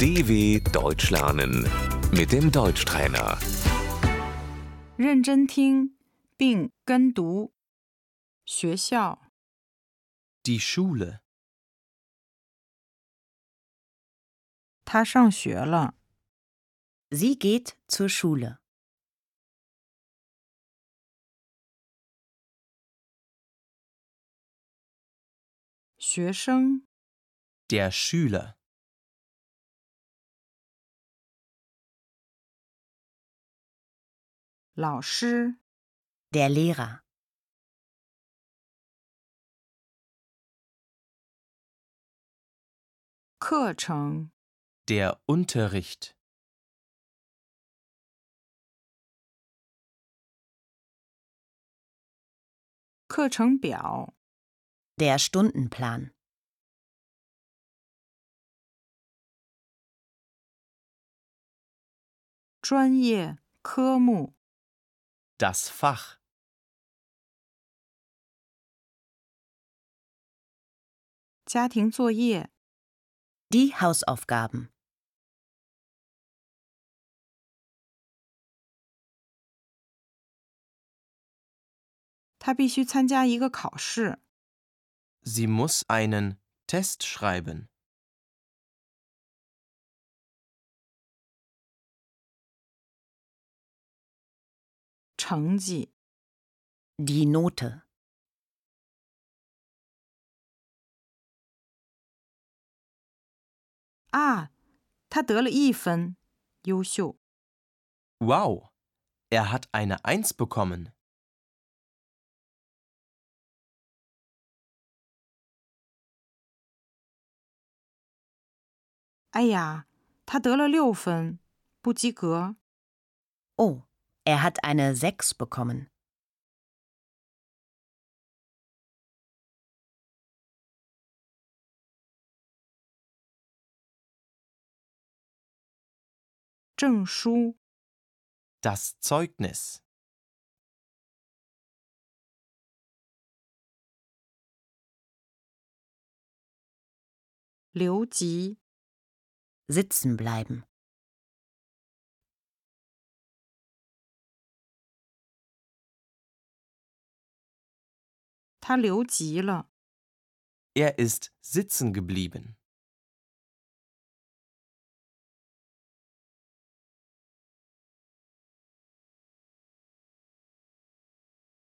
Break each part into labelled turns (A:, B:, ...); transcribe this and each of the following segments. A: DW Deutsch lernen mit dem Deutschtrainer.
B: 认真听并跟读。学校、
C: Die Schule.
B: 他上学了。
D: Sie geht zur Schule.
B: 学生、
C: Der Schüler.
B: 老师、
D: Der Lehrer.
B: 课程、
C: Der Unterricht.
B: 课程表、
D: Der Stundenplan.
B: 专业科目、
C: Das Fach.
B: 家庭作业、
D: Die Hausaufgaben.
B: 他必须参加一个考试。
C: Sie muss einen Test schreiben.
B: 成绩、
D: Die Note.
B: 啊，他得了一分，优秀。
C: Wow. Er hat eine Eins bekommen.
B: 哎呀，他得了六分，不及格。
D: Oh, er hat eine 6 bekommen.
B: 证书、
C: Das Zeugnis.
B: 留级、
D: Sitzen bleiben.
B: 他留级了。
C: Er ist sitzen geblieben.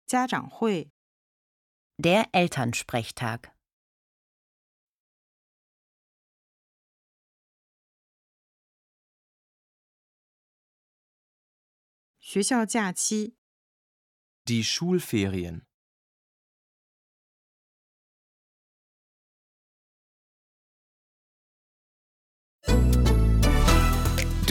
B: 家长会、
D: Der Elternsprechtag.
B: 学校假期、
C: Die Schulferien.